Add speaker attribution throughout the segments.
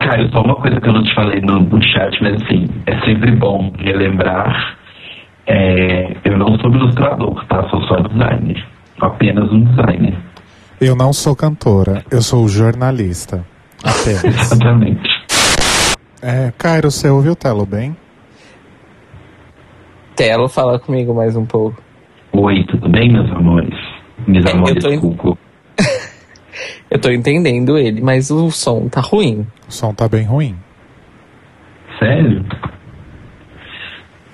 Speaker 1: Caio, só uma coisa que eu não te falei no, no chat, mas assim, é sempre bom relembrar. É, eu não sou ilustrador, tá? Sou só designer. Apenas um designer.
Speaker 2: Eu não sou cantora, eu sou jornalista. Apenas.
Speaker 1: Exatamente.
Speaker 2: É, Cairo, você ouviu o Telo bem?
Speaker 3: Telo, fala comigo mais um pouco.
Speaker 1: Oi, tudo bem, meus amores? Meus
Speaker 3: É, eu
Speaker 1: amores,
Speaker 3: tô em-
Speaker 1: Cuco.
Speaker 3: Eu tô entendendo ele, mas o som tá ruim.
Speaker 2: O som tá bem ruim.
Speaker 1: Sério?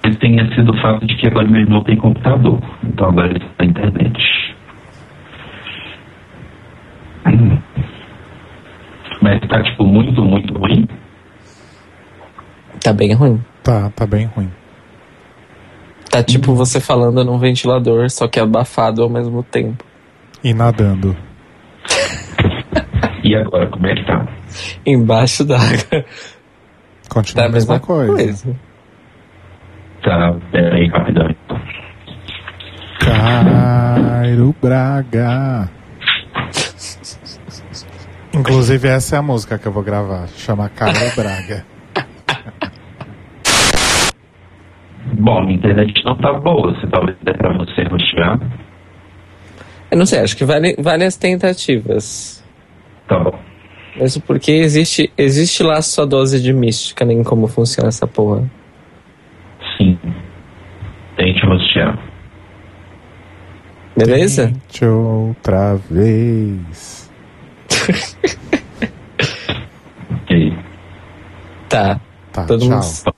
Speaker 1: Isso tenha sido o fato de que agora meu irmão tem computador. Então agora ele está na internet. Hum. Mas tá, tipo, muito, muito ruim.
Speaker 3: Tá bem ruim.
Speaker 2: Tá, tá bem ruim.
Speaker 3: Tá
Speaker 2: Uhum.
Speaker 3: tipo você falando num ventilador, só que abafado ao mesmo tempo.
Speaker 2: E nadando.
Speaker 1: E agora, como é que tá?
Speaker 3: Embaixo d'água.
Speaker 2: Continua
Speaker 3: Tá
Speaker 2: a mesma, coisa.
Speaker 1: Tá, peraí, rapidão.
Speaker 2: Cairo Braga. Inclusive, essa é a música que eu vou gravar. Chama Cairo Braga.
Speaker 1: Bom, minha internet não tá boa. Se talvez der pra você rotear.
Speaker 3: Eu não sei, acho que vale, vale as tentativas.
Speaker 1: Tá bom.
Speaker 3: Mesmo porque existe, existe lá sua dose de mística nem como funciona essa porra.
Speaker 1: Sim. Tente rotear.
Speaker 3: Beleza?
Speaker 2: Tente outra vez.
Speaker 1: Ok.
Speaker 3: Tá.
Speaker 2: Tá,
Speaker 3: Todo
Speaker 2: tchau.
Speaker 3: mundo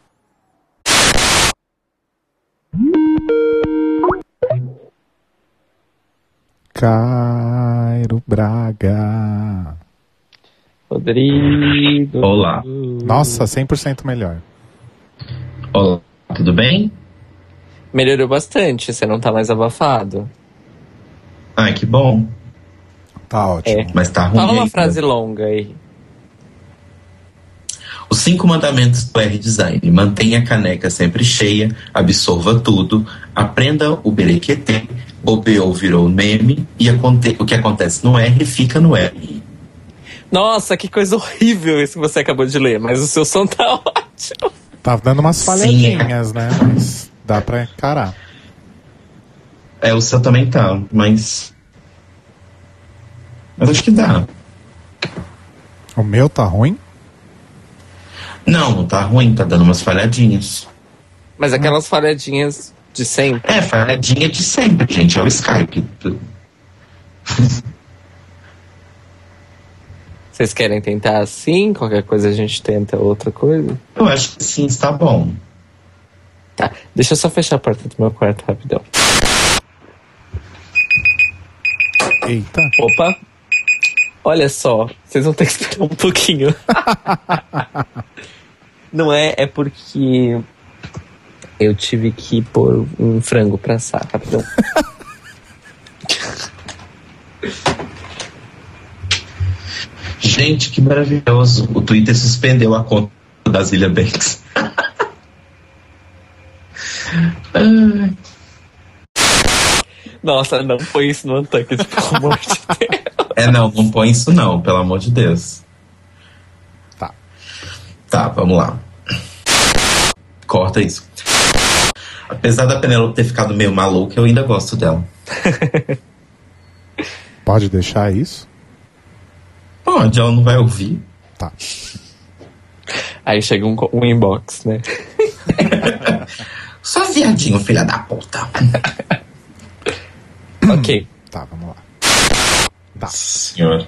Speaker 2: Cairo Braga.
Speaker 3: Rodrigo.
Speaker 1: Olá.
Speaker 2: Nossa, 100% melhor.
Speaker 1: Olá, tudo bem?
Speaker 3: Melhorou bastante, você não tá mais abafado.
Speaker 1: Ai, que bom.
Speaker 2: Tá ótimo.
Speaker 3: É.
Speaker 1: Mas tá ruim.
Speaker 3: Fala uma
Speaker 1: ainda.
Speaker 3: frase
Speaker 2: né?
Speaker 3: longa aí.
Speaker 1: Os cinco mandamentos do R-Design. Mantenha a caneca sempre cheia, absorva tudo, aprenda o berequetê, bobeou virou meme e aconte- o que acontece no R fica no R.
Speaker 3: Nossa, que coisa horrível isso que você acabou de ler, mas o seu som tá ótimo.
Speaker 2: Tá dando umas falhadinhas, né? Mas dá pra encarar.
Speaker 1: É, o seu também tá, mas... Mas acho que dá.
Speaker 2: O meu tá ruim?
Speaker 1: Não, tá ruim, tá dando umas falhadinhas.
Speaker 3: Mas aquelas falhadinhas de sempre.
Speaker 1: É, falhadinha de sempre, gente, é o Skype.
Speaker 3: Vocês querem tentar assim? Qualquer coisa a gente tenta outra coisa?
Speaker 1: Eu acho que sim, está bom.
Speaker 3: Tá, deixa eu só fechar a porta do meu quarto rapidão.
Speaker 2: Eita.
Speaker 3: Opa! Olha só, vocês vão ter que esperar um pouquinho. Não é, é porque eu tive que pôr um frango pra assar rapidão.
Speaker 1: Gente, que maravilhoso. O Twitter suspendeu a conta da Zilia Banks.
Speaker 3: Nossa, não foi isso no Antucket, pelo amor de Deus.
Speaker 1: É, não, não põe isso não, pelo amor de Deus.
Speaker 2: Tá.
Speaker 1: Tá, vamos lá. Corta isso. Apesar da Penélope ter ficado meio maluca, eu ainda gosto dela.
Speaker 2: Pode deixar isso?
Speaker 1: Pode, ela não vai ouvir.
Speaker 2: Tá.
Speaker 3: Aí chega um, co- um inbox, né?
Speaker 1: Só viadinho, filha da puta.
Speaker 3: ok.
Speaker 2: Tá, vamos lá.
Speaker 1: Senhora.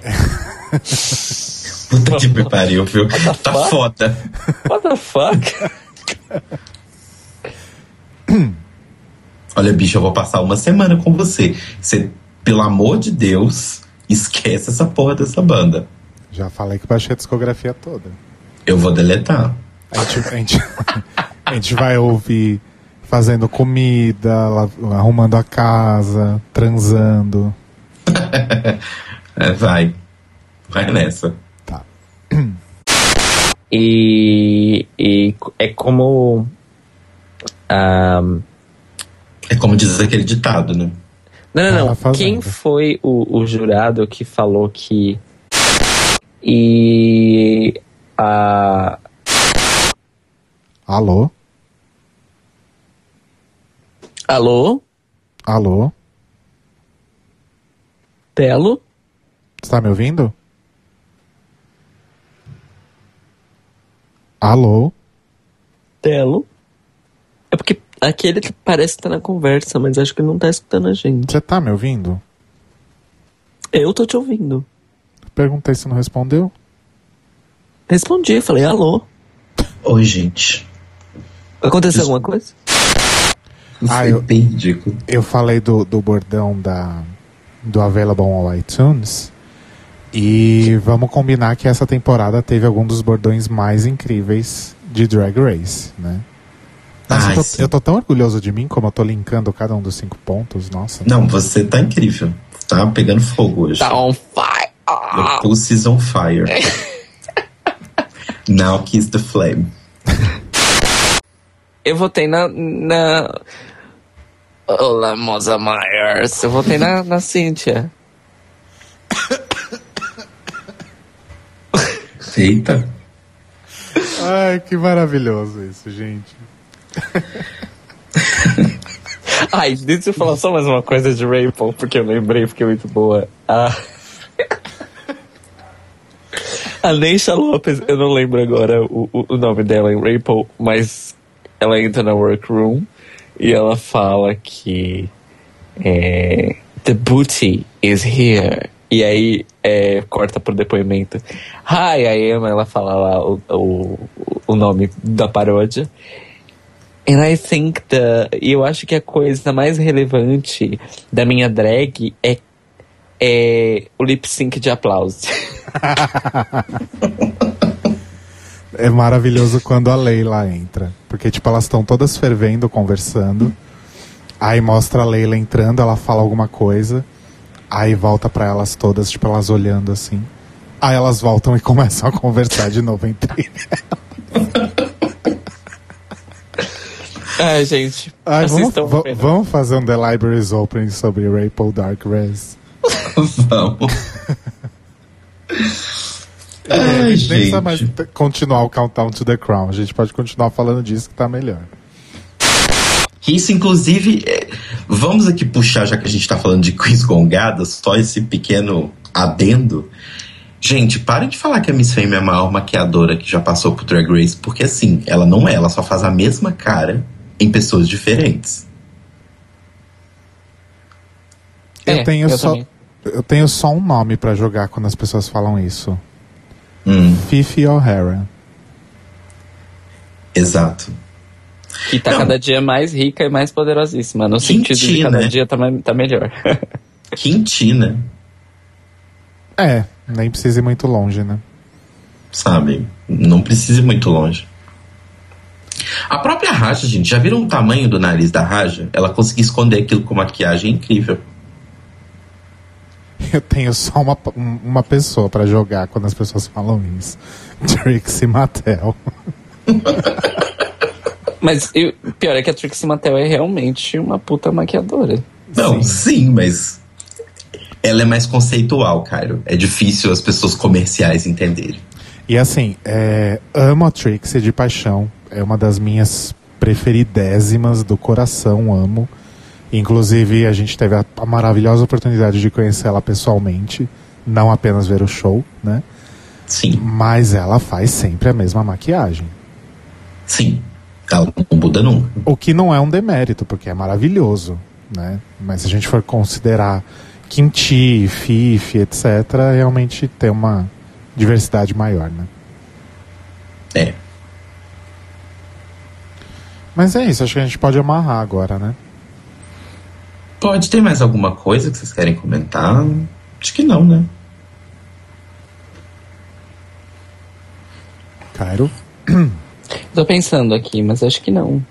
Speaker 1: Puta que me pariu, viu? Tá
Speaker 3: fuck?
Speaker 1: foda.
Speaker 3: What the fuck?
Speaker 1: Olha, bicho, eu vou passar uma semana com você. Você, pelo amor de Deus, esquece essa porra dessa banda.
Speaker 2: Já falei que baixei a discografia toda.
Speaker 1: Eu vou deletar.
Speaker 2: A gente, a gente, a gente vai ouvir fazendo comida, la- arrumando a casa, transando.
Speaker 1: É, vai. Vai nessa.
Speaker 2: Tá.
Speaker 3: E, e é como. ah,
Speaker 1: É como diz aquele ditado, né?
Speaker 3: Não,
Speaker 2: Tá
Speaker 3: não, não.
Speaker 2: fazendo.
Speaker 3: Quem foi o, o jurado que falou que. E a.
Speaker 2: Alô?
Speaker 3: Alô?
Speaker 2: Alô?
Speaker 3: Telo?
Speaker 2: Você tá me ouvindo? Alô?
Speaker 3: Telo? É porque aquele que parece que tá na conversa, mas acho que ele não tá escutando a gente.
Speaker 2: Você tá me ouvindo?
Speaker 3: Eu tô te ouvindo.
Speaker 2: Perguntei se não respondeu.
Speaker 3: Respondi, falei, alô.
Speaker 1: Oi, gente.
Speaker 3: Aconteceu alguma coisa?
Speaker 1: Isso
Speaker 2: Ah,
Speaker 1: foi
Speaker 2: eu-
Speaker 1: é bem ridículo.
Speaker 2: Eu falei do, do bordão da, do Available on iTunes. E vamos combinar que essa temporada teve algum dos bordões mais incríveis de Drag Race, né? Nossa,
Speaker 1: Ai,
Speaker 2: eu,
Speaker 1: sim.
Speaker 2: tô, eu tô tão orgulhoso de mim como eu tô linkando cada um dos cinco pontos, nossa.
Speaker 1: Não, você tá incrível. Tá pegando fogo hoje.
Speaker 3: Tá on fire!
Speaker 1: Your pussy's on fire. Now kiss the flame.
Speaker 3: Eu votei na. na... Olá, Moza Myers. Eu votei na, na Cíntia.
Speaker 1: Eita.
Speaker 2: Ai, que maravilhoso isso, gente.
Speaker 3: Ai, deixa eu falar só mais uma coisa de Rainbow, porque eu lembrei, porque é muito boa. A, a Neisha Lopes, eu não lembro agora o, o- o nome dela em Rainbow, mas ela entra na workroom e ela fala que é, The booty is here. E aí é, corta pro depoimento. Hi, I am. Ela fala lá o, o, o nome da paródia. And I think the. E eu acho que a coisa mais relevante da minha drag é, é o lip sync de aplauso.
Speaker 2: É maravilhoso quando a Leila entra. Porque, tipo, elas estão todas fervendo, conversando. Aí mostra a Leila entrando, ela fala alguma coisa. Aí volta pra elas todas, tipo, elas olhando assim. Aí elas voltam e começam a conversar de novo entre.
Speaker 3: Ai, gente.
Speaker 2: Ai, vamos,
Speaker 3: assistam
Speaker 2: va-
Speaker 3: o Venom.
Speaker 2: vamos fazer um The Libraries Open sobre Rapal Dark Res.
Speaker 1: Vamos.
Speaker 2: É, a
Speaker 1: Ai,
Speaker 2: gente nem precisa
Speaker 1: gente.
Speaker 2: mais t- continuar o Countdown to the Crown. A gente pode continuar falando disso que tá melhor.
Speaker 1: Que isso, inclusive, é- vamos aqui puxar, já que a gente tá falando de quiz gongadas, só esse pequeno adendo. Gente, parem de falar que a Miss Fame é a maior maquiadora que já passou por Drag Race, porque assim, ela não é, ela só faz a mesma cara em pessoas diferentes.
Speaker 2: Eu
Speaker 3: É,
Speaker 2: tenho
Speaker 3: eu
Speaker 2: só.
Speaker 3: também.
Speaker 2: Eu tenho só um nome pra jogar quando as pessoas falam isso.
Speaker 1: Hum,
Speaker 2: Fifi O'Hara.
Speaker 1: exato.
Speaker 3: E tá
Speaker 1: Não.
Speaker 3: cada dia mais rica e mais poderosíssima. No sentido de
Speaker 1: Quintina,
Speaker 3: cada
Speaker 1: né?
Speaker 3: dia tá, ma- tá melhor.
Speaker 1: Quintina,
Speaker 2: É, nem precisa ir muito longe, né?
Speaker 1: sabe? Não precisa ir muito longe. A própria Raja, gente, já viram o tamanho do nariz da Raja? Ela conseguiu esconder aquilo com maquiagem é incrível.
Speaker 2: Eu tenho só uma, um- uma pessoa pra jogar quando as pessoas falam isso. Trixie Mattel.
Speaker 3: Mas eu, pior é que a Trixie Mattel é realmente uma puta maquiadora.
Speaker 1: Não, sim. mas ela é mais conceitual, Cairo. É difícil as pessoas comerciais entenderem.
Speaker 2: E assim, é, amo a Trixie de paixão. É uma das minhas preferidésimas do coração, amo. Inclusive, a gente teve a, a maravilhosa oportunidade de conhecer ela pessoalmente. Não apenas ver o show, né?
Speaker 1: Sim,
Speaker 2: Mas ela faz sempre a mesma maquiagem.
Speaker 1: sim. Ela não muda nunca.
Speaker 2: O que não é um demérito, porque é maravilhoso, né? Mas se a gente for considerar Kimchi, Fifi, etc., realmente tem uma diversidade maior, né?
Speaker 1: É.
Speaker 2: Mas é isso, acho que a gente pode amarrar agora, né?
Speaker 1: Pode ter mais alguma coisa que vocês querem comentar? Acho que não, né?
Speaker 2: Cairo?
Speaker 3: Tô pensando aqui, mas acho que não.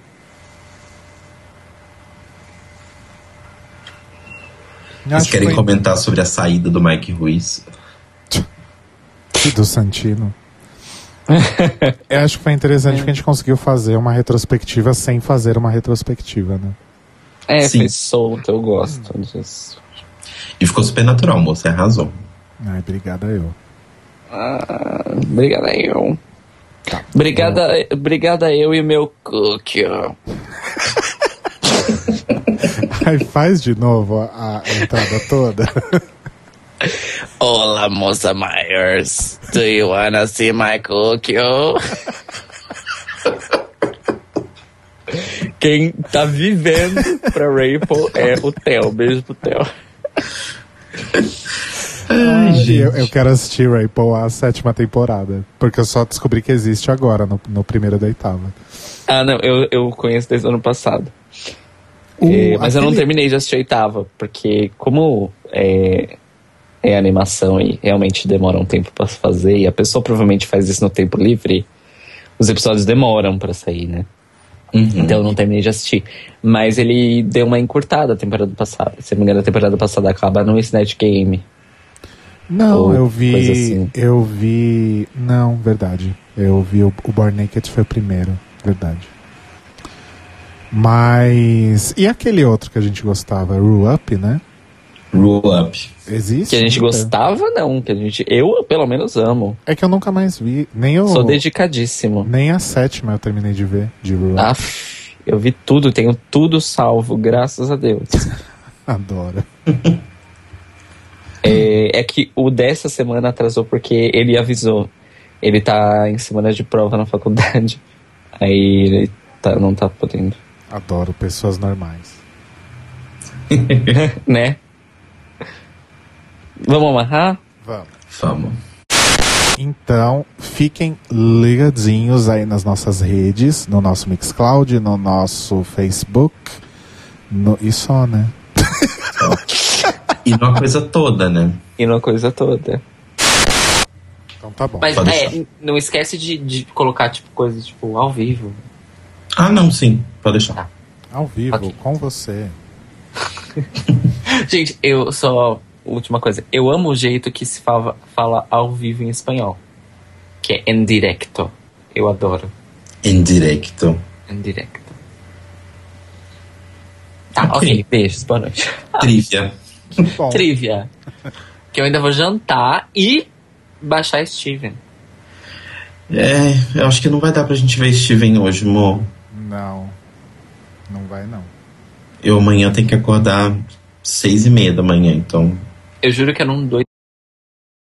Speaker 1: Vocês
Speaker 2: Acho que
Speaker 1: querem
Speaker 2: foi
Speaker 1: comentar sobre a saída do Mike Ruiz?
Speaker 2: do Santino. Eu acho que foi interessante que a gente conseguiu fazer uma retrospectiva sem fazer uma retrospectiva, né?
Speaker 3: É,
Speaker 1: Sim.
Speaker 3: foi solto, eu gosto disso.
Speaker 1: E ficou super é natural, moça, arrasou.
Speaker 2: Ai, obrigada eu.
Speaker 3: Obrigada, eu. Obrigada, obrigada eu e meu cookie.
Speaker 2: Aí faz de novo a, a entrada toda.
Speaker 3: Olá, moça Myers. Do you wanna see my cookie? Quem tá vivendo pra Raypole é o Theo. Beijo pro Theo.
Speaker 1: Ai,
Speaker 2: E eu,
Speaker 1: gente.
Speaker 2: eu quero assistir Raypole a sétima temporada. Porque eu só descobri que existe agora, no, no primeiro da oitava.
Speaker 3: Ah, não, eu, eu conheço desde o ano passado.
Speaker 2: O-
Speaker 3: É, mas eu não
Speaker 2: aquele-
Speaker 3: terminei de assistir a oitava, porque como é, é animação e realmente demora um tempo pra se fazer, e a pessoa provavelmente faz isso no tempo livre, os episódios demoram pra sair, né?
Speaker 1: Uhum.
Speaker 3: Então eu não terminei de assistir. Mas ele deu uma encurtada a temporada passada. Se eu não me engano, a temporada passada acaba no Snatch Game.
Speaker 2: Não,
Speaker 3: ou
Speaker 2: eu
Speaker 3: coisa
Speaker 2: vi.
Speaker 3: assim.
Speaker 2: Eu vi. Não, verdade. Eu vi o, o Born Naked foi o primeiro, verdade. Mas. E aquele outro que a gente gostava, Rue Up, né?
Speaker 1: Rule up.
Speaker 2: Existe?
Speaker 3: Que a gente
Speaker 2: ainda?
Speaker 3: gostava, não. Que a gente. Eu, pelo menos, amo.
Speaker 2: É que eu nunca mais vi. Nem o,
Speaker 3: Sou dedicadíssimo.
Speaker 2: nem a sétima eu terminei de ver de Rue Up.
Speaker 3: Ah. Aff, eu vi tudo, tenho tudo salvo, graças a Deus.
Speaker 2: Adoro.
Speaker 3: É, é que o dessa semana atrasou porque ele avisou. Ele tá em semana de prova na faculdade. Aí ele tá- não tá podendo.
Speaker 2: Adoro pessoas normais.
Speaker 3: né? Vamos amarrar?
Speaker 2: Vamos.
Speaker 1: Vamos.
Speaker 2: Então, fiquem ligadinhos aí nas nossas redes, no nosso Mixcloud, no nosso Facebook. no- E só, né?
Speaker 1: E numa coisa toda, né?
Speaker 3: E na coisa toda.
Speaker 2: Então tá bom.
Speaker 4: Mas
Speaker 1: Pode
Speaker 4: é, não esquece de, de colocar, tipo, coisas, tipo, ao vivo.
Speaker 1: Ah, não, sim. Pode deixar.
Speaker 2: Ao vivo,
Speaker 4: Ok.
Speaker 2: com você.
Speaker 4: Gente, eu só. Última coisa. Eu amo o jeito que se fala, fala ao vivo em espanhol. Que é en directo. Eu adoro.
Speaker 1: Em directo.
Speaker 4: En directo. Tá,
Speaker 1: Ok.
Speaker 4: ok. Beijos, boa noite.
Speaker 1: Trivia.
Speaker 2: Bom,
Speaker 4: Trivia. Que eu ainda vou jantar e baixar Steven.
Speaker 1: É, eu acho que não vai dar pra gente ver Steven hoje, amor.
Speaker 2: não. Não vai, não.
Speaker 1: Eu amanhã tenho que acordar seis e meia da manhã, então
Speaker 4: Eu juro que eu não dou